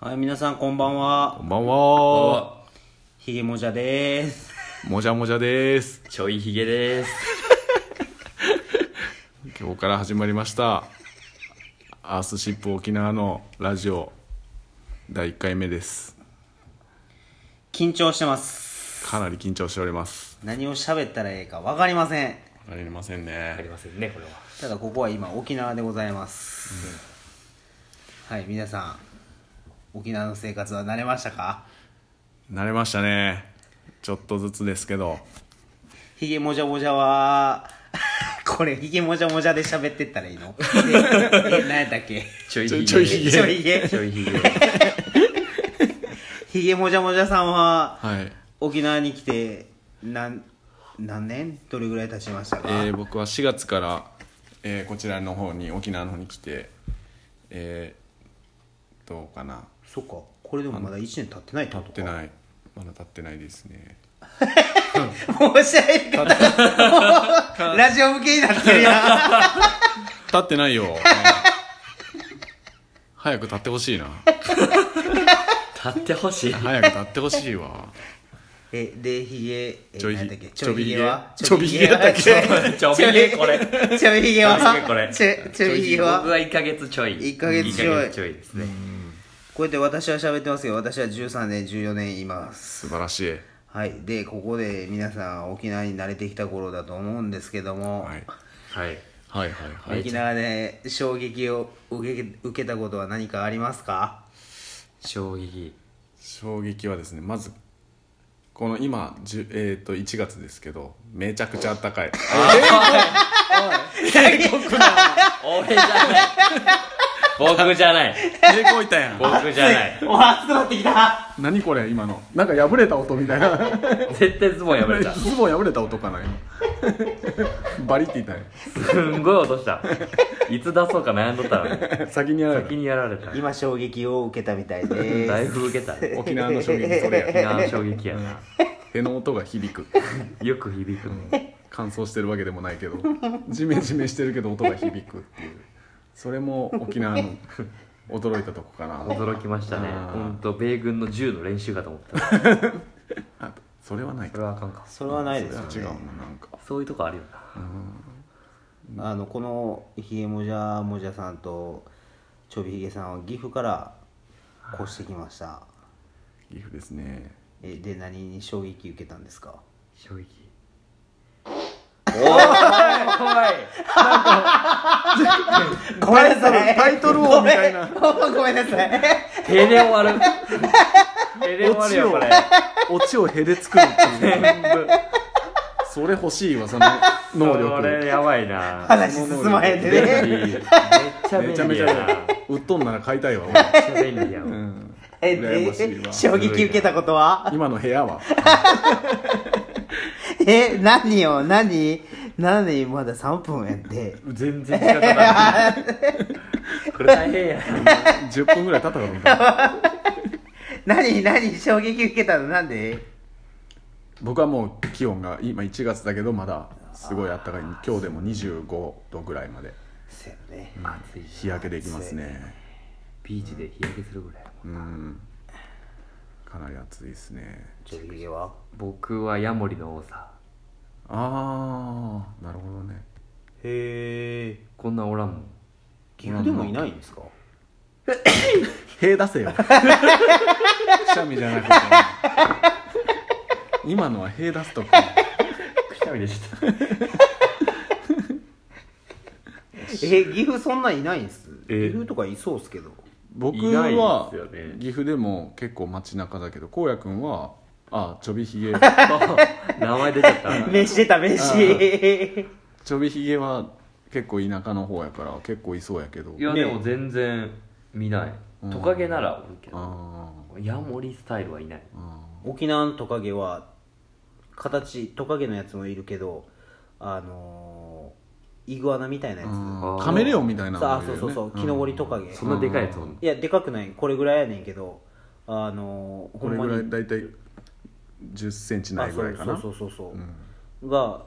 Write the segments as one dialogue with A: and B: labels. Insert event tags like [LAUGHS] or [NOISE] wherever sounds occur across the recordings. A: はい、皆さんこんばんは
B: こ。んばんは。
A: ひげもじゃでーす。
B: もじゃもじゃです。
C: ちょいひげです。
B: 今日から始まりました。アースシップ沖縄のラジオ第1回目です。
A: 緊張してます。
B: かなり緊張しております。
A: 何を喋ったらええか分かりません。
B: ありません
C: あり
B: ね。
C: ませんね、これは。
A: ただここは今沖縄でございます。はい、皆さん、沖縄の生活は慣れましたか
B: 慣れましたね。ちょっとずつですけど。
A: ひげもじゃもじゃは、 [LAUGHS] これひげもじゃもじゃで喋ってったらいいのええ何やったっけ
C: ちょい
B: ちょ
C: ひげ。
B: ちょいひげ
A: ちょいひげ
C: ちょいひげ。
A: [LAUGHS] ひげもじゃもじゃさんは
B: はい。
A: 沖縄に来て何、何年どれぐらい経ちましたか、
B: えー僕は4月から、えーこちらの方に沖縄の方に来て、えーどうかな。
A: そっか、これでもまだ1年経ってないって
B: 経
A: こ
B: っ
A: とか
B: てない。まだ経ってないですね。
A: もうしゃべり方も [LAUGHS] うラジオ向けになってる
B: [LAUGHS]
A: やん。
B: 立ってないよ [LAUGHS] うん早く立ってほしいな
C: 立ってほしい。
B: 早く立ってほしいわ
A: え、で、ひげ、え、
B: ちょいひ
A: なんだっけち
B: ち
A: ょ
B: ょ
A: び
B: び
A: ひ
B: ひげ
A: げは
B: ちょびひげだっけ
A: ち
B: [LAUGHS]
A: ょ
C: ちょびひげこれ
A: [LAUGHS] ちょびひげは
C: ちょびひげこれ
A: ちょちょびひげ
C: 僕
A: は
C: は1ヶ月ちょい。
A: 一ヶ月ちょい
C: 一ヶちょいですね。
A: こうやって私は喋ってますけど、私は13年、14年います。
B: 素晴らしい、
A: はい。で、ここで皆さん沖縄に慣れてきた頃だと思うんですけども、
B: はい、
C: はい。
B: はいはいはい
A: 沖縄で衝撃を受け受けたことは何かありますか
C: 衝撃。
B: 衝撃はですねまずこの今、じゅえー、と1月ですけどめちゃくちゃ暖かい
C: 俺じゃない。僕じゃない。
B: えこいたやん
C: 僕じゃない。
A: お熱くなってきた
B: [LAUGHS] 何これ今のなんか破れた音みたいな
C: 絶対ズボン破れた。
B: ズボン破れた音かな今バリって言った
C: すんごい落とした。いつ出そうか悩んどったのに。
B: ね先にやられた
C: 先にやられた。
A: 今衝撃を受けたみたいです。
C: だいぶ受けた。沖
B: 沖縄の衝撃それや
C: 縄の衝撃やな。
B: への音が響く
C: よく響くね。
B: 乾燥してるわけでもないけどジメジメしてるけど音が響くっていうそれも沖縄の驚いたとこかな
C: 驚きましたね。
B: あー
C: ほんと、米軍の銃の練習かと思った。
B: あそれはない
C: そ
B: か
C: れはあかんか。
A: それはないですよね
B: 違うのなんか
C: そういうとこあるよな。
A: あのこのひげもじゃもじゃさんとちょびひげさんは岐阜から越してきました
B: 岐阜ですね
A: えで何に衝撃受けたんですか
C: 衝撃おいおい
A: ごめんなさい
B: タイトル王みたいな
A: ごめんごめんなさい
C: 手で終わる手で終わるよこれ
B: オチをへで作るっていう [LAUGHS] それ欲しい
A: [LAUGHS]
B: わその能
C: これ
B: 力
C: やばいな
A: [LAUGHS] 話進まへんで
C: 便利
A: ね
C: めっちゃ
B: めちゃ
C: 便
B: め
C: 利
B: ち
C: や
B: ゃ
C: な
B: うっとんなら買いたいわ俺
C: めっちゃ便利や
B: うんん
A: え
B: 羨ましい
A: で
B: わ
A: 衝撃受けたことは
B: 今の部屋は
A: [LAUGHS] え何よ何何まだ3分やって [LAUGHS]
C: 全然仕方ないこれ大変や
B: 10分ぐらい経ったかと思った
A: 何何衝撃受けたのなんで
B: 僕はもう気温が今1月だけどまだすごい暖かい今日でも25度ぐらいまで
A: せやね
C: 暑いし
B: 日焼けできますね
C: ビーチで日焼けするぐらいやもん
B: うんかなり暑いですね
A: ちょびひげは
C: 僕はヤモリの多さ
B: ああなるほどね
A: へえ
C: こんなんおらんもん
A: 岐阜でもいないんですか
B: 塀出せよくしゃみじゃなくて今のは塀出すとか
C: くしゃみでした
A: え岐阜そんなんいないんす
C: え
A: 岐阜とかいそうっすけ [LAUGHS] ど
B: 僕
C: いない
B: は
C: ですよね
B: 岐阜でも結構街中だけどこうやくんはあちょびひげ
C: [LAUGHS] 名前出ちゃった
A: 飯出た [LAUGHS] 飯
B: ちょびひげは結構田舎の方やから結構いそうやけど
C: いやでも全然見ない
B: うん
C: トカゲならおるけど
B: あ
C: ヤモリスタイルはいない
B: ーあ
A: 沖縄のトカゲは形トカゲのやつもいるけどあのーイグアナみたいなやつ
B: ー
C: あー
B: カメレオンみたいな
A: さあ
B: のい
A: そ
B: る
A: う
B: よね
A: そうそう木登りトカゲ
C: そんなでかいやつも
B: うん
A: いやでかくないこれぐらいやねんけどあのー
B: これぐらい
A: に
B: 大体1 0ンチないぐらいかな
A: あそうそうそうそうう、
B: ん
A: が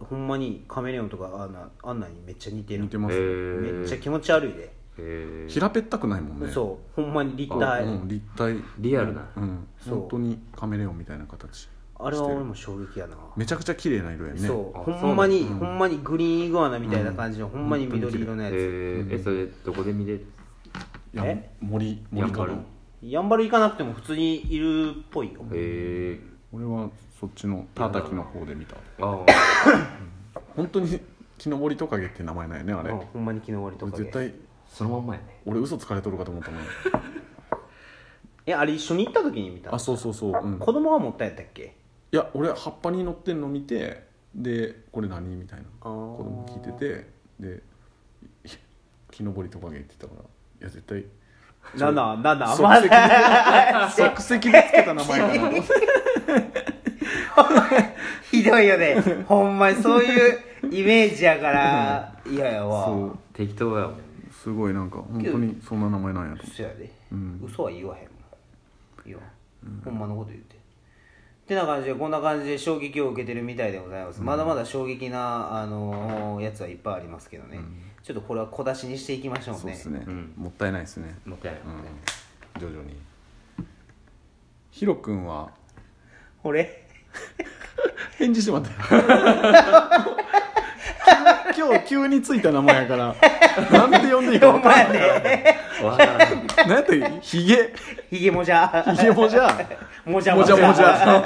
A: ほんまにカメレオンとかあんなあんなにめっちゃ似てる
B: 似てます、
C: へー
A: めっちゃ気持ち悪いで
C: へえ
B: 平べったくないもんね
A: そうほんまに立
B: う
A: 体
B: ん、立体
C: リアルな
B: うん、
A: そう
B: 本当にカメレオンみたいな形
A: あれは俺も衝撃やな
B: めちゃくちゃ綺麗な色やね
A: そう
C: あ
A: ほんまに、
C: そう
B: なんだ
A: ほんまにグリーンイグアナみたいな感じの、ほんまに緑色のやつ、
C: ええそれどこで見れる
B: いや
A: え
B: 森森か
C: や
B: なん
C: ば
A: やんばる行かなくても普通にいるっぽいよ、
C: へえ
B: 俺はそっちのタタキの方で見た
C: あ
B: 本当に [LAUGHS] 木登りトカゲって名前ないねあれ、
A: うんほんまに木の割りとか
B: 絶対
C: あそのまんまやね
B: 俺嘘つかれとるかと思ったもん
A: えあれ一緒に行った時に見た
B: あそうそうそう、うん、
A: 子供は持ったやったっけ
B: いや俺葉っぱに乗ってんの見てでこれ何みたいな
A: あー
B: 子供聞いててでいや木登りトカゲって言ってたからいや絶対
A: 7 7
B: 即
A: ま
B: 席で
A: だ
B: 即席でつけた名前かな
A: ひどいよ [LAUGHS] ねほんまにそう [LAUGHS] いうイメージやから嫌やわ
B: そ
A: そう
C: 適当やもん
B: すごいなんか本当にそんな名前なんやと
A: やで、
B: うん
A: 嘘は言わへんもん言わん、ほんまのこと言ってってな感じでこんな感じで衝撃を受けてるみたいでございます、まだまだ衝撃な、あのーやつはいっぱいありますけどね、ちょっとこれは小出しにしていきましょうね
B: そうですね、
C: うん
B: もったいないですね、
C: もったいないもったいない
B: うん、徐々にヒロ君は
A: 俺
B: 返事してもらったよ [LAUGHS] 今日急についた名前やからなんで呼んでいい
A: [LAUGHS]
B: か
A: ほ
B: 分
A: ん
B: か
A: ま
B: ら
A: や [LAUGHS] ね
C: わからん
B: ん何やったっけヒゲ
A: ひげもじゃ
B: ヒゲもじゃ
A: もじゃ
B: も
A: も
B: じ
A: じ
B: ゃ
A: ゃ
B: も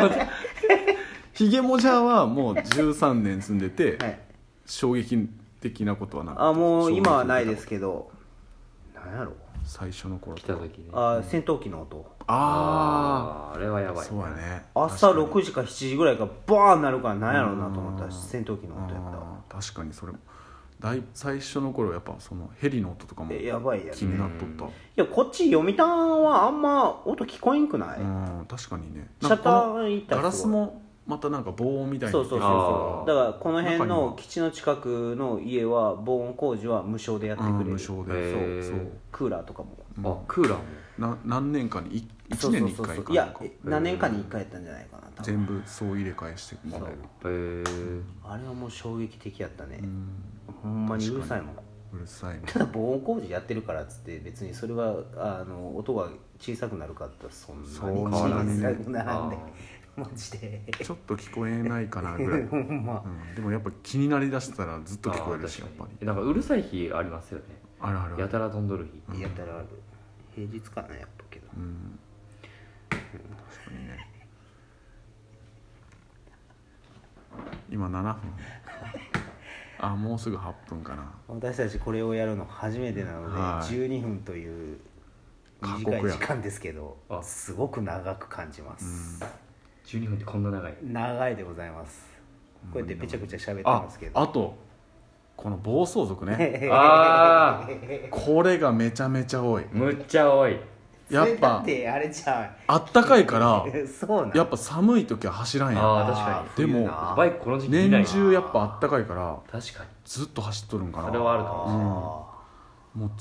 B: じゃ [LAUGHS] ヒゲもじゃはもう13年住んでて、
A: はい
B: 衝撃的なことはなかった
A: あもう今はないですけどなんやろ
B: 最初の頃
C: 来た
B: [LAUGHS]
C: 時ね
A: あ戦闘機の音
B: あ
C: ああれはや
B: あ
C: ばい
B: そうやね
A: 朝6時か7時ぐらいからバーンなるからなんやろうなと思ったら戦闘機の音やったわ
B: あー確かにそれもだい最初の頃やっぱそのヘリの音とかも
A: えやばいや
B: 気
A: ね
B: になっとったう
A: いやこっち読谷はあんま音聞こえんくない、
B: ん確かにね
A: シ
B: な
A: ャ
B: ん
A: ッ
B: か
A: タ
B: この
A: ー行った
B: ガ
A: ら
B: ラ
A: す
B: ス
A: ごい
B: もまたなんか防音みたいな
A: そうそうそう
C: あ
A: そ
C: ー
A: うだからこの辺
B: 中にも
A: の基地の近くの家は防音工事は無償でやって
B: うん
A: くれる
B: 無償
C: へ
B: で
C: ー
B: そうそう
A: クーラーとかも
C: あクーラーも
B: な何年かに1
A: そう
B: 年
A: そう
B: に
A: そ
B: 1
A: う
B: 回
A: そ
B: か
A: うい
B: なん
A: や
B: か
A: え何年かに1回やったんじゃないかな多分
B: 全部そう入れ替えしてもらえる
C: へえ
A: あれはもう衝撃的やったねほんまにうるさいもん
B: うるさいね
A: ただ防音工事やってるからっつって別にそれはあの音が小さくなるかってそん
B: そ
A: なに
B: う
A: 小
B: 変わら
A: さ
B: んね
A: くならんで、マジで
B: ちょっと聞こえないかなぐらい、
A: [LAUGHS] ほんま
B: うんでもやっぱ気になりだしたらずっと聞こえるし
C: あ
B: やっ
C: ー確
B: ぱ
C: か
B: り
C: になんかうるさい日ありますよね
B: あるあるあ
C: や
B: る
C: たら飛んどる日
A: やったらある平日かなやっぱけど、
B: うん確かにね今7分あもうすぐ8分かな
A: 私たちこれをやるの初めてなので、
B: はい
A: 12分という
B: 過酷や
A: 短い時間ですけど
C: あ
A: すごく長く感じます、
C: 12分ってこんな長い
A: 長いでございますこうやってぺちゃくちゃ喋って
B: あ
A: ますけ [LAUGHS] ど
B: あとこの暴走族ね
C: ああ
B: これがめちゃめちゃ多い
C: むっちゃ多い
B: やっ
A: [LAUGHS] それだ
B: ぱ
A: てあれじゃ
B: あったかいから
A: ん [LAUGHS] そうなん
B: やっぱ寒い時は走らんや
C: あ
B: ん
C: ー確かに
A: ー冬
B: でも
A: な
C: バイクこの時期見ない
B: 年
C: な
B: 中やっぱあったかいから
C: 確かに
B: ずっと走っとるんかな
C: それはあるかもしれない
B: もう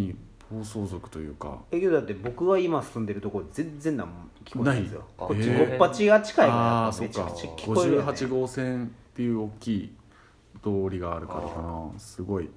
B: 常に暴走族というか
A: えけどだって僕が今住んでるところ全然何も聞こえないんですよ
C: ない
A: こっち
B: え
A: ご
B: ー
A: っぱちが近いから
B: あ
A: やっ
B: あ
A: ぱ
B: そ
A: め
B: っ
A: ちゃ
B: か
A: くちゃ聞こえるよ、ね、
B: 58号線っていう大きい通りがあるからかなすごい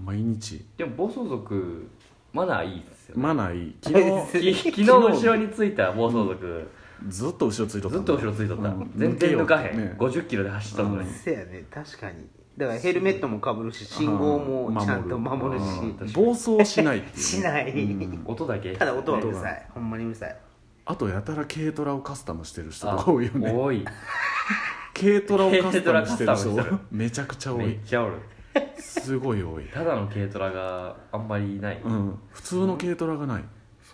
B: 毎日
C: でも暴走族マナーいいですよね
B: マナーいい昨日
C: き昨日後ろについた暴走族
B: ずっと後ろついとった
C: ずっ
B: んだ
C: と後ろついとった
B: うん
C: 全然抜かへ
B: 抜けようっ
C: ん
B: てね
C: 50キロで走ったのに
A: せやね確かにだからヘルメットもかぶるし信号もちゃんと守るし、
C: 守る
B: 暴走しないっていう
A: しない、
C: 音だけ
A: ただ音はうるさいほんまにうるさい
B: あとやたら軽トラをカスタムしてる人
C: あ
B: が多いよね
C: 多い
B: 軽トラをカスタムしてる
C: 軽トラカスタムして
B: 人
C: る
B: めちゃくちゃ多
C: めっ
B: い
C: ちゃおる
B: すごい多い
C: ただの軽トラがあんまりいない、
B: うん普通の軽トラがない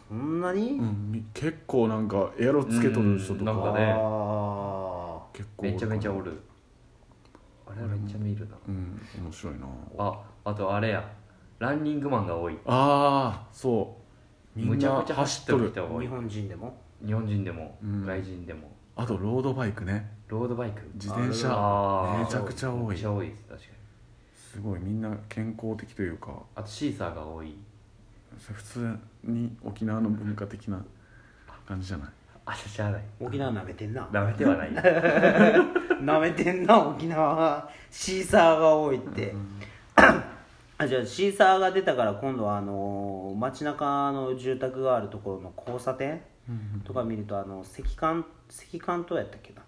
A: そんなに、
B: うんみ結構なんかエアロつけとる人と
C: うんなん
A: あ
C: か
B: か
C: ね
A: あ
B: 結構
C: めちゃめちゃお
B: る
C: るあれはめっちゃ見るな
B: うん面白いな
C: ああとあれやランニングマンが多い
B: ああそうみ
C: む
B: ん
C: ちゃ
B: な
C: くちゃ
B: 走
C: 走
B: っ
C: っ
B: と
C: て
B: る
C: る人が多
A: 日
C: い
A: 本人でも
C: 日本人でも、
B: うん
C: 外人でも
B: あとロードバイクね
C: ロードバイク
B: 自転車
C: あー
B: めちゃくちゃ多
C: めっ
B: い
C: ちゃ多いです確かに
B: すごいみんな健康的というか
C: あとシーサーが多い
B: 普通に沖縄の文化的な感じじゃない
C: あしゃあない
A: 沖縄なめてんな
C: ダメでは
B: [LAUGHS]
C: ないあ
A: [LAUGHS] なめてんな沖縄シーサーが多いって [COUGHS] あじゃあシーサーが出たから今度はあの街中の住宅があるところの交差点とか見るとあの赤管赤管灯やったっけな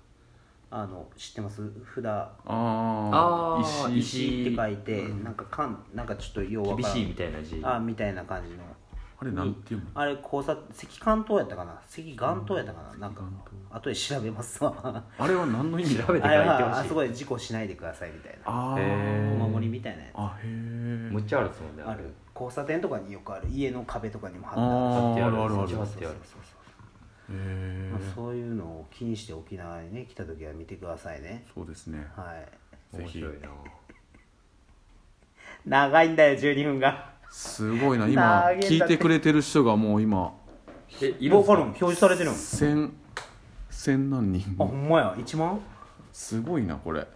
A: あの知ってます札
B: ああ
C: あー
B: 石
A: 石って書いて、なんかかんなんかちょっとようわ
C: 厳
A: からん
C: しいみたいな字
A: あみたいな感じの
B: あれなんていうの
A: あれ交差赤管灯やったかな赤眼灯やったかな、なんか
B: 眼
A: 後で調べますわ [LAUGHS]
B: あれは何の意味だ
C: 調べて
A: あ
C: か
A: れ
C: ら行って
A: は
C: ほ
A: あ
C: しい
A: そこで事故しないでくださいみたいな
B: あー
A: お
C: へー
A: 守りみたいなやつ
B: あへえ
C: むっちゃあるっすもんね
A: ある交差点とかによくある家の壁とかにも貼っ
B: あ
A: てある
B: ーあるあるあ
C: そっち
B: るへ
C: は貼ってある
B: え
A: まあ、そういうのを気にして沖縄にね来た時は見てくださいね
B: そうですね
A: はい
B: ぜ
C: 面
B: ひ
C: 白いな
A: 長いんだよ12分が
B: すごいな
A: な
B: 今
A: あげんだって
B: 聞いてくれてる人がもう今
C: えいるん
A: 分
C: す
A: かるん表示されてるんあ
B: 千千何人
A: ほんまや1万
B: すごいなこれ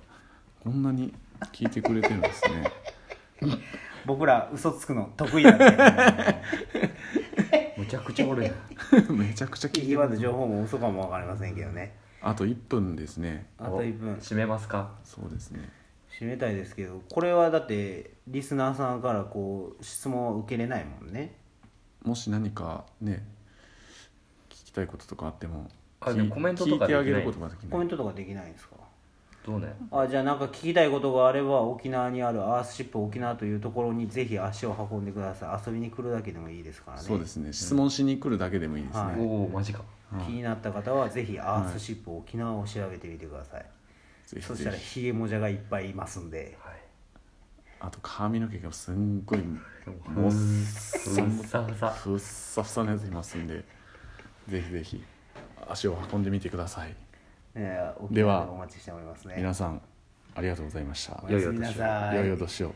B: こんなに聞いてくれてるんですね
A: 僕ら嘘つくの得意なん [LAUGHS] で
C: むちゃくちゃ俺
B: めちゃくちゃ
A: キ
B: 聞い
A: ー
B: て
A: ワ
B: ま
A: ード
B: す
A: 情報も嘘かも分かりませんけどね
B: あと1分ですね
A: あと1分
C: 閉めますか
B: そうですね
A: 締めたいですけどこれはだってリスナーさんからこう質問は受けれないもんね
B: もし何かね聞きたいこととかあっても
C: あ
B: き
C: でもコメントとか
B: 聞いてあげる
C: で
B: こ
C: き
B: とができ
A: コ
B: な
A: メ
B: い
A: ントとかできないんですか
C: どうね
A: あじゃあなんか聞きたいことがあれば沖縄にあるアースシップ沖縄というところにぜひ足を運んでください遊びに来るだけでもいいですからね
B: そうですね質問しに来るだけでもいいです
A: はい
B: ね
C: おおマジか
A: 気になった方はぜひアースシップ沖縄を調べてみてください、
B: ぜ
A: そ
B: ひ
A: した
B: ぜ
A: ら
B: ひ
A: ヒゲもじゃがいっぱいいますんで
C: はい
B: あと髪の毛がすんごい
C: もうさささ
B: ふっさふさのやついますんでぜひぜひ足を運んでみてください
A: ね沖
B: では
A: 縄でお待ちしておりますね
B: 皆さんありがとうございました
A: おやすみなさい
B: 良いお年を